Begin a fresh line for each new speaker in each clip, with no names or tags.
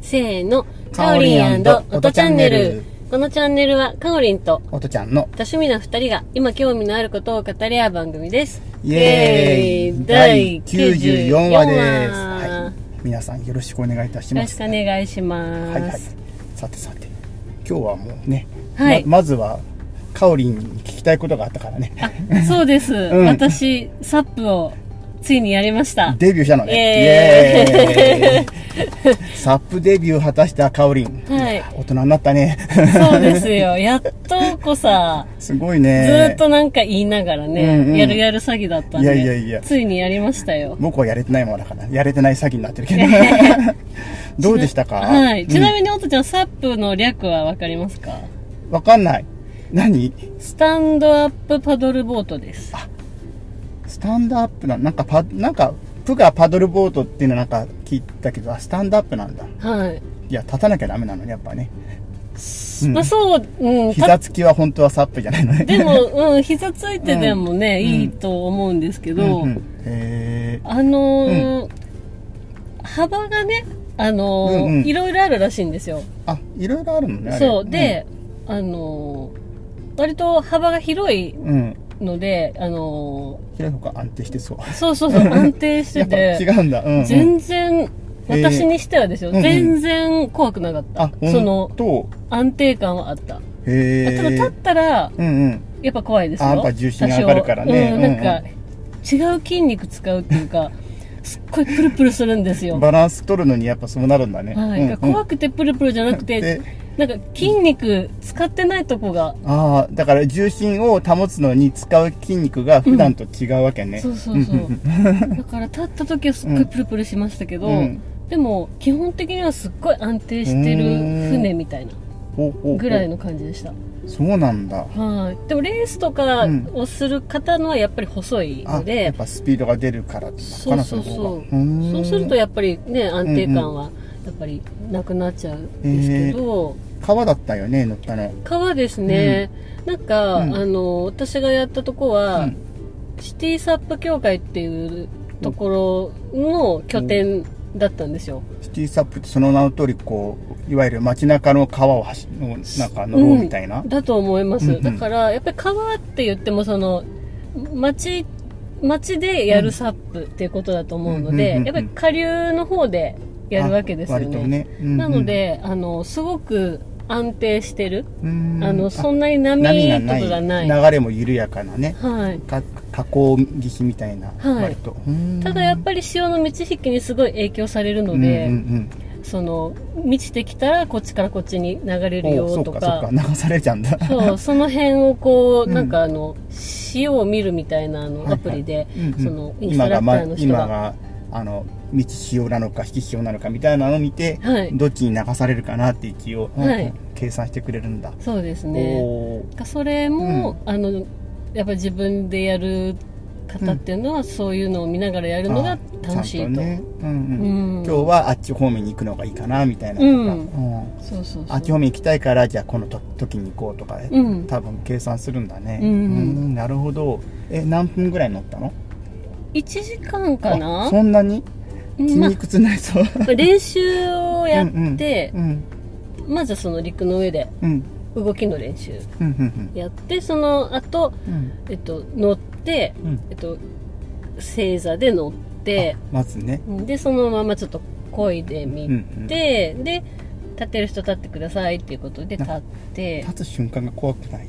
せーの、
か
か
お
お
り
り
ん
ん
お
お
と
と
チ
チ
ャ
ャ
ン
ン
ネ
ネ
ル
ル。このチャンネルは、かおりんと
おとちゃんの
多趣味な二人が今興味のあることを語り合う番組です。
イエーイ第94話です、は、
はい
皆さんよろしくお願いいたし
い、よ
ま
ろし
す
くお願いします。
はいはいさてさて今日はもうね、
はい
ままずはかおりんに聞きたいことがあったからね
あそう です。
ん
私、サップをついにやりました。
デビューしたのね
イエ
イエーイ サップデビュー果たしたかおりん
はい。
大人になったね
そうですよ。やっとこさ、
すごい
ず
ね
ーっとなんか言いながらね、
うんうん
やるやる詐欺だったんで、
いやいやいや
ついにやりましたよ。
僕はやれてないものだからやれてない詐欺になってるけ どどうでしたか
はい。ちなみ
に、
に、おとちゃん、サップの略はわかりますか
うんわかんない何
スタンドアップパドルボートです。
スタンドアップななんかパなんかプがパドルボートっていうのなんか聞いたけどあスタンドアップなんだ
はい。
いや立たなきゃダメなのねやっぱねうん
まあ、そう、うん、た
膝つきは本当はサップじゃないのね
でも、うん、膝ついてでもね、
うん
いいと思うんですけ
う
ど、
んうんへえ
あのー幅がね、あのー
うんうん
いろいろあるらしいんですよ。
あいろいろあるのねあれ
そう。で、あのー割と幅が広い
うん、うん、
ので、あの
広い方が安定してそう
ーそうそう そう、安定 し
や
て
っぱ違
て、
うんだうん、うん、
全然、
ー
私にしてはですよ、
うんうん
全然怖くなかった。
あ
そ
本
の、
当
安定感はあった。
へえ
ただ立ったら、
うんうん
やっぱ怖いですよ。
あやっぱ重心
多
上
少
がるからね
うん、
う
な
んう
んんか、違う筋肉使うっていうか、すっごいプルプルするんですよ。
バランス取るのにやっぱそうなるんだね、
はい、
うんうん
怖くてプルプルじゃなくて
で、
なんか筋肉使ってないとこが、
ああだから重心を保つのに使う筋肉が普段と違うわけね、
そうそうそう。だから立った時はすっごいプルプルしましたけど、
うん
でも基本的にはすっごい安定してる船みたいな
ほうほうほう
ぐらいの感じでした。
そうなんだ
はい。でもレースとかをする方のはやっぱり細い
あ
ので、
やっぱスピードが出るからなの
そ
か
う
な
そう
の
そ
方
う
がーん
そうするとやっぱりね安定感はやっぱりなくなっちゃうんですけど、
川だったよね乗ったの
川ですね、なんか、
うん
あの私がやったとこは、
うん
シティサップ協会っていうところの拠点だったんですよ、
シティサップってその名の通りこういわゆる街中の川を走のなんか乗ろうみたいな、
うんだと思います、
うんうん
だからやっぱり川って言ってもその町町でやるサップっていうことだと思うので、
うんうんうん
や
うん
っぱり下流の方でやるわけですよね
あ割とね、うんうん
なので、あのすごく安定してる、
うーん
あのそんなに波とかがない
流れも緩やかなね
はい、
か河口岸みたいな、
はい
割とうーん
ただやっぱり潮の満ち引きにすごい影響されるので、
うんうんうん
その満ちてきたらこっちからこっちに流れる
お
よと
うそう
か
かそうか流されちゃうんだ
そうその辺をこう、
うん
なんかあの潮を見るみたいなあ
は
の
いはい
アプリで、
うんうん
そのインス
今
トラクタ
がま
ーの人
今
が
があの道潮なのか引き潮なのかみたいなのを見て、
はい
どっちに流されるかなって一応、
はい
うん計算してくれるんだ、
そうです
お
ね
おー
なんかそれも、あのやっぱ自分でやる方っていうのは、そういうのを見ながらやるのが楽しいと
あちゃんねうんうん
うん
今日はあっち方面に行くのがいいかなみたいなとか、
うん
うん
そうそう
あっち
そう
方面行きたいからじゃあこのと時に行こうとか、
うん
多分計算するんだね、
うんうん
んなるほどえ何分ぐらい乗ったの
1時間か
あ
な
そんなに
うん
筋
まあ
肉痛になりそう、
練習をやって、
うん
まずその陸の上で
うん
動きの練習
うんうん
やってその後、
うんうん
えっと乗って、
うん
えっと、正座で乗って
まずね
でそのままちょっと漕いでみて、で立てる人立ってくださいっていうことで立って
立つ瞬間が怖くない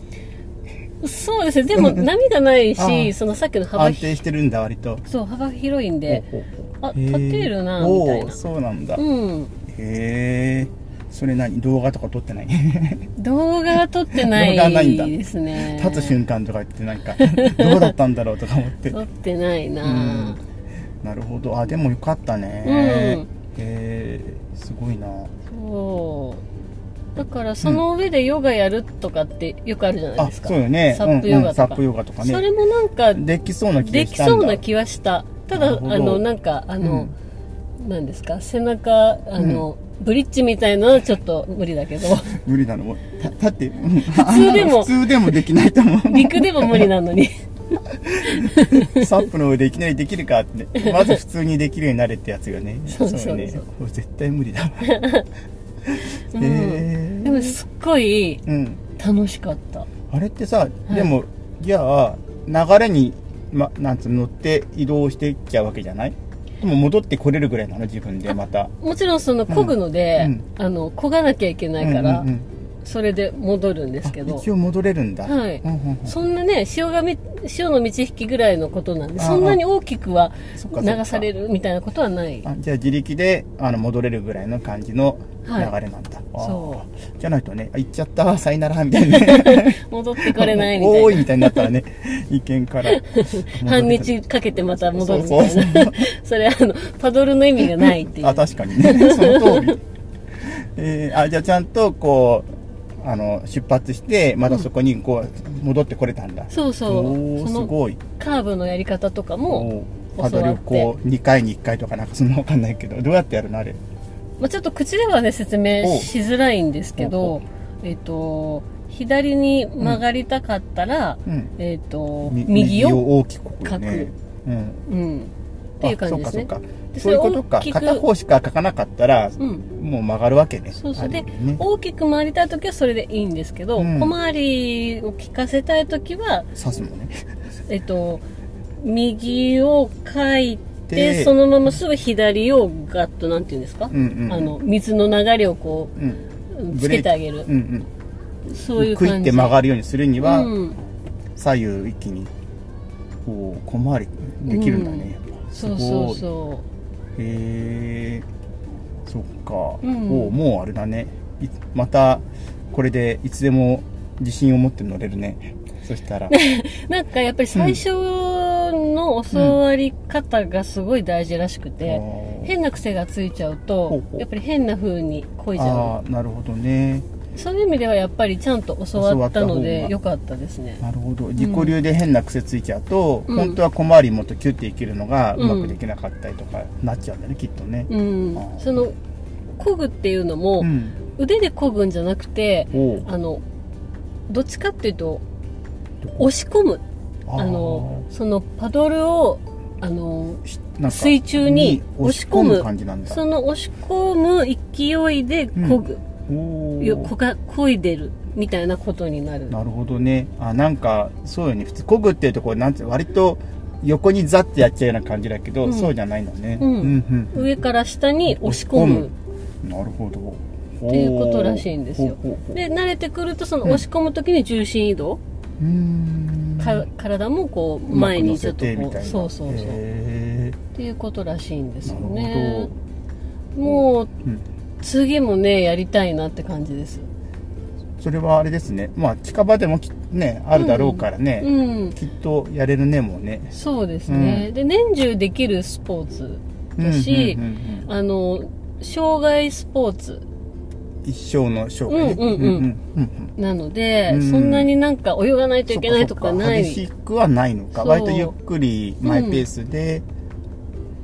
そうですねでも波がない
あー
しそのさっきの幅
安
ひ
定してるんだ割と
そう幅広いんで
ほうほうほ
あ
うへー
立てるなみたい
おー
な
そうなんだ、へ
うん
えそれ何動画とか撮ってない
動画は撮ってな
動画はないんだ
いですね
立つ瞬間とか言ってなんか どうだったんだろうとか思って
撮ってないな、
うんなるほどあでもよかったね、
うん
へえすごいな
そうだからその上でヨガやるとかってよくあるじゃない
あ
ですか、
そうよね
サップヨ
うんう
ガ
ん、サ
と
ッ
か,、
プヨガとか
そ
ね
れもなんか
できそうな気が
で
し
き
たんだ
そうな気はしたただ
なるほど
あのなんかあ
う
の
ん、
なんですか背中あの、ブリッジみたいなのはちょっと無理だけ ど
無 理なのもうた立って、うん、普
通でも
普通でもできないと思う
陸でも無理なのに
サップの上でいきなりできるかってまず普通にできるようになれってやつがね
そうそうそう
ねこれ絶対無理 だ
う
え
ん
ー
でもすっごい
うん
楽しかった
あれってさ、でもじゃあ流れに、ま、なんつうの乗って移動していっちゃうわけじゃないでも戻ってこれるぐらいなの自分でまた
もちろんその漕ぐので、あの漕がなきゃいけないから、
うんうんうん
それで戻るんですけ
あ
ど
一応戻れるんだ、
はい
うんうんうん
そんなね潮がみ潮の満ち引きぐらいのことなんで
ああ
そんなに大きくは
そっかそっか
流されるみたいなことはない
あじゃあ自力であの戻れるぐらいの感じの流れなんだ、あー
そ
じゃないとねあ行っちゃったさよならみたいなね
戻ってこれないみ
お
た
ー
い
いみたいになったらね意 見から
な半日かけてまた戻るみ
そう
た
そう
いな それあのパドルの意味がないっていう
あ確かにね その通り、えーあじゃあちゃんとこうあの出発してまたそこにこう、戻ってこれたんだ
そうそう
おー
そ
す
の
ごい
カーブのやり方とかも、
おーパドルこう2回に1回とかなんかそんなわかんないけどどうやってやるのあれ
まあ、ちょっと口ではね説明しづらいんですけ
お
どえっ、と左に曲がりたかったら、
うん
えっ、と
み
右を
を大きくこうねうん
うんっていう感じですね
あそうかそう
で
かそういうことか
それ大きく
片方しか書かなかったら
うん
もう曲がるわけね
そうそう
ある
で
意味ね
大きく回りたい時はそれでいいんですけど、
うん
小回りを利かせたい時は、
刺すのね
えっと、右を書いて
で
そのまますぐ左をガッとなんて言うんですか、
うんうん
あの水の流れをこ
うん
うつけてあげる
うんうん
そういう
ク
感
イ
じ
って曲がるようにするには、
うん、
左右一気にこう小回りできるんだね、やっぱ
そうそう
すごい
そ
へえそっか、
うん
おうもうあれだねいまたこれでいつでも自信を持って乗れるねそしたら
うなんかやっぱり最初の教わり方がすごい大事らしくて、
おー
変な癖がついちゃう
ほ
と
うほう
やっぱり変な風にこいじゃう
ああなるほどね
そういう意味ではやっぱりちゃんと教わったの
教わった方
で
が
良かったですね。
なるほど自己流で変な癖ついちゃうと、
うん
本当は小回りもっとキュッていけるのが
う
うんまくできなかったりとかなっちゃうんだねきっとね
うん
あ、ー
その漕ぐっていうのも、
うん、
腕で漕ぐんじゃなくて
おう
あのどっちかっていうと
どこ
押し込む
あ
あ
ー
のそのパドルをあの
しなんか
水中に押し込む
押感じなんだ
その押し込む勢いで漕ぐ、
おー
よこが漕いでるみたいなことになる。
なるほどねあなんかそうよね普通こぐっていうとこうなんて割と横にザッてやっちゃうような感じだけど、
うん
そうじゃないのね、
うん
うんうん
上から下に押し込む。
なるほど
っていうことらしいんですよ
ほうほうほう
で、慣れてくると、その押し込むときに重心移動、
うーん
か体もこう、前にちょっと
うまく乗せてみ
こ、
たいうな
そうそうそう。
へ
っていうことらしいんで
ー
すよ
なる
ね
ほど
もう
うん
次もねやりたいなって感じです
それはあれですねまあ近場でもきねあるだろうからね、
うん
きっとやれるねもうね
そうですね、
う
で年中できるスポーツだし
うんうんうん
あの障害スポーツ
うん一生の生涯ね
うんうんうん
うんうん
なので、
うん
そんなになんか泳がないといけないと
そ
か
っそっ
ない
激しくはないのか
そう
割とゆっくりマイペースで、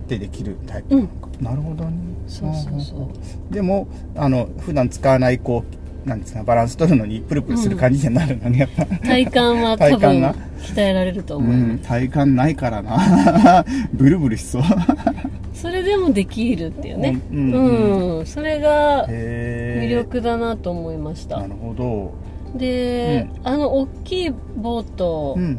でできるタイプなのか、なるほどね
そうそうそうん
んんでもあの普段使わないこうなんですかバランス取るのにプルプルする感じになるのね、やっぱ
体幹は多
体幹
分
が
鍛えられると
う
思います、
ん体感ないから なブルブルしそう
それでもできるっていうねう、
うんん
それが
へ
魅
え
力だなと思いました
なるほど
で、あの大きいボート、
うん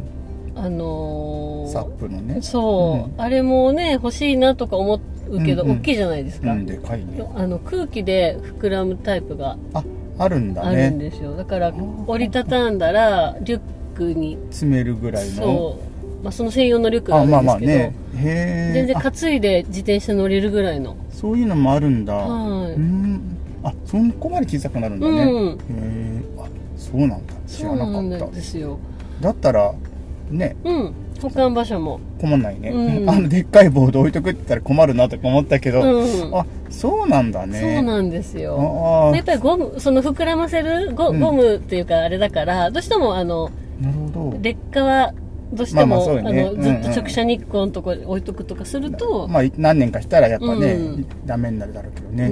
あのー
サップのね
そう、
う
あれもね欲しいなとか思うけど、
うんうん
大きいじゃないです
う
か、
んでかいね
あの空気で膨らむタイプが
ああるんだ
あるん
ね
ですよだから
ー
折りたたんだらリュックに
詰めるぐらいの
そう、まあ、その専用のリュックがあ
あ
るん
まあ
で
ますあ
けど、
ねへえ
全然担いで自転車乗れるぐらいの
そういうのもあるんだ。
はいう
ーん。あ、そこまで小さくなるんだね。
うん
へえ。あ、そうなんだ。知
そ
ら
う
な
な
か
ん
った。
ですよ
だったら、ね、
うん保管場所も
困んないね。
うん
あの、でっかいボード置いとくって言ったら困るなとか思ったけ
う
ど、
ん、
あ、そうなんだね。
そうなんですよ
ああ、
やっぱりゴム、その膨らませるゴ
うん
ゴムっていうかあれだから、どうしてもあの、
なるほど。
劣化はどうして
まあま
も
あそうよね
あ
うん
の
うん
ずっと直射日光のとこに置いとくとかすると、
まあ、何年かしたらやっぱね、
うん
ダメになるだろうけど
う
ね。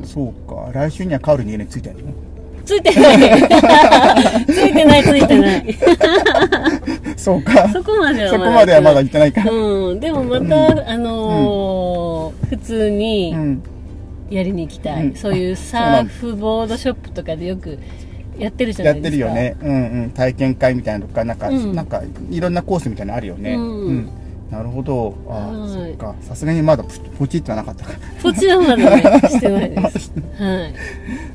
ん、
そうか。来週にはカウルに家についてるの
ついてないついてないついてない
そうか
そこまでは
そこまではま
行
だ行ってないか
っ
ら、
うんでもまた、
うん
あのー普通
う
に
ん、
やりに行きたい、
うん
そういうサーフボードショップとかでよくやってるじゃな
やっ
い
て
です
る
か
よね、うんうん、体験会みたいなのとかなんか、
うん
なんかいろんなコースみたいなのあるよね、
う
うんんなるほどあ
は
ー
い
そっかさすがにまだポチポチってはなかったか
そちらまで、ね、してないです、はい、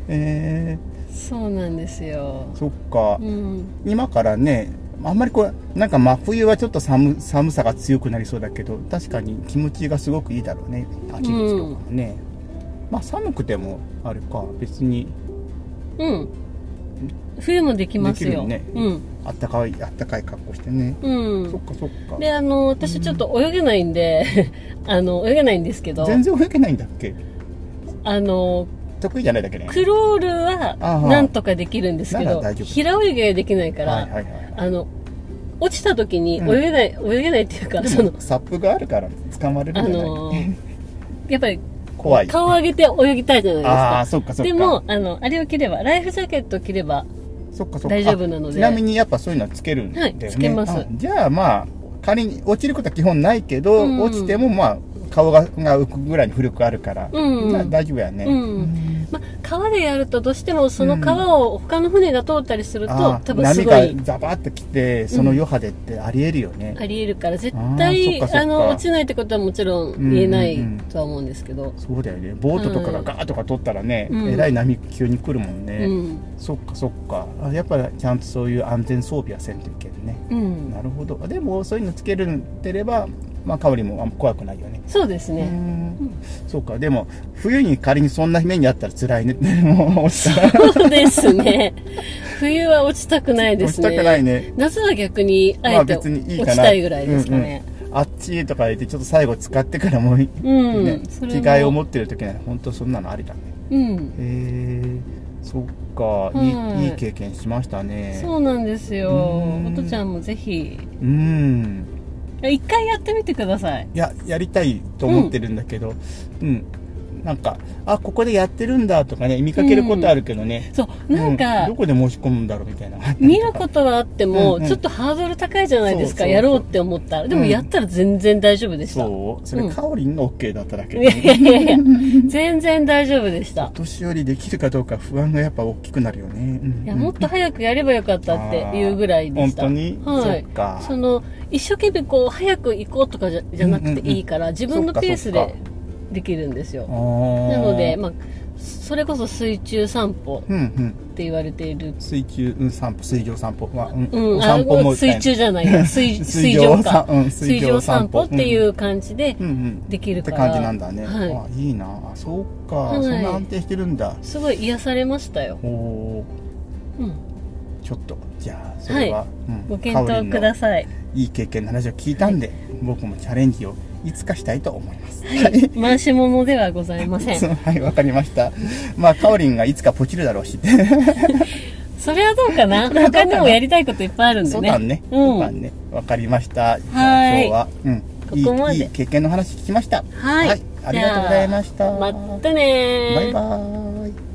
え
そうなんですよ
ー、そっか、
うん
今からねあんまりこうなんか真冬はちょっと寒寒さが強くなりそうだけど確かに気持ちがすごくいいだろうね秋口とかはね、まあ寒くてもあれか別に
うん冬もできますよ
できる
うん
あったかいあったかい格好してね、
う
そっ
ん
かそっか
であの私ちょっと泳げないんで、 あの泳げないんですけど
全然泳げないんだっけ
あの
得意じゃないだけね
クロールは
あー
なんとかできるんですけ
な
ど
ら大丈夫
平泳ぎはできないから、
はいはいはい
あの落ちた時に泳げない、泳げないっていうかその
サップがあるから捕まれる
あ
んじゃない、
のやっぱり
怖い
顔を上げて泳ぎたいじゃないです
ああ
か
そっかそっ
で
か
もあのあれを着ればライフジャケットを着れば
そっかそっか
大丈夫なので
あちなみにやっぱそういうのはつけるんだよね、
はいつけます
あじゃあまあ仮に落ちることは基本ないけど、
うん
落ちてもまあ顔がが浮くぐらいに浮力あるから、
うん
じゃあ大丈夫やね、
うんまあ、川でやるとどうしてもその川を他の船が通ったりすると、
ああ
多分す
波
ご
が
い
ザバッと来てその余波でってありえるよね、
ありえるから絶
あー
対
そ
あ
っかそっか
の落ちないってことはもちろん言えないとは思うんですけど、
そうだよねボートとかがガーッとか取ったらね、
うん
えらい波急に来るもん
う
ね、
ん
そっかそっかあやっぱちゃんとそういう安全装備はせんといけんね
うん
なるほどあでもそういうのつけるんでればまあ香りもあんま怖くないよね
そうです
う
ね、
んそうかでも冬に仮にそんな目にあったら 辛いねもう落ちたら
そうですね冬は落ちたくないで
落
す
ち
ね
たくないね
夏は逆にあえて落ちたいぐらいですかね、
うんうんあっちとか言ってちょっと最後使ってからもう、ね
うんそれ
着
も
替えを持ってる時なら本当そんなのありだね
うん、
へえそっか、
はいい
い、いい経験しましたね
そうなんですよ
うん
おとちゃんもぜひ
うん
一回やってみてください
いややりたいと思ってるんだけどうん、なんかあここでやってるんだとかね見かけることあるけどね、
そうなんか、
うどこで申し込むんだろうみたいな
見ることはあっても、
うんうん
ちょっとハードル高いじゃないですか、
そうそうそう
やろうって思ったら。でも
うん
やったら全然大丈夫でした。
そうそうれ
ん
かおりんが OK だっただけ
いやいや
で
いやいや、全然大丈夫でした。
年寄りできるかどうか不安がやっぱ大きくなるよね、うん
いや、もっと早くやればよかったっていうぐらいでした。
あー本当に
はい。
そっか
その、一生懸命こう、早く行こうとかじゃじゃなくていいから、自分のペース
そっか
で
そ
できるんですよ。な
な
ので、まあ、それこそ水中散歩
うんうん
って言われている。
水中、うん、散歩水上散歩は、うん
うん、
お
あ
散歩も
水中じゃないや水、水
水
上か
上さ。うん
水
水
上
上
散
散
歩
歩
っていう感じで、
うんうん
できる
っ
か
て
ら
感じなんだね、
はい
あいいなあそうか、
はい
そんな安定してるんだ
すごい癒されましたよ、
おお
うん、
ちょっとじゃあそれは、
は
うん
ご検
かお
討
りん
く
の
ださい
いい経験の話を聞いたんで、僕もチャレンジをいつかしたいと思います。
は
は
い回し物ではございませ
い、そ
ん
う はい、わかりました。まあ、かおりんがいつかポチるだろうし、
それはどうかな
れはどうか
他
な
にもやりたいこといっぱいあるんで
そう
ね
だね。
うん
そうだね。わかりました。じ
は
ゃあ
い
今日は、うん、い
ここまで
いいい経験の話聞きました。
はい
ありがとうございました。
まったねー
バイバーイ。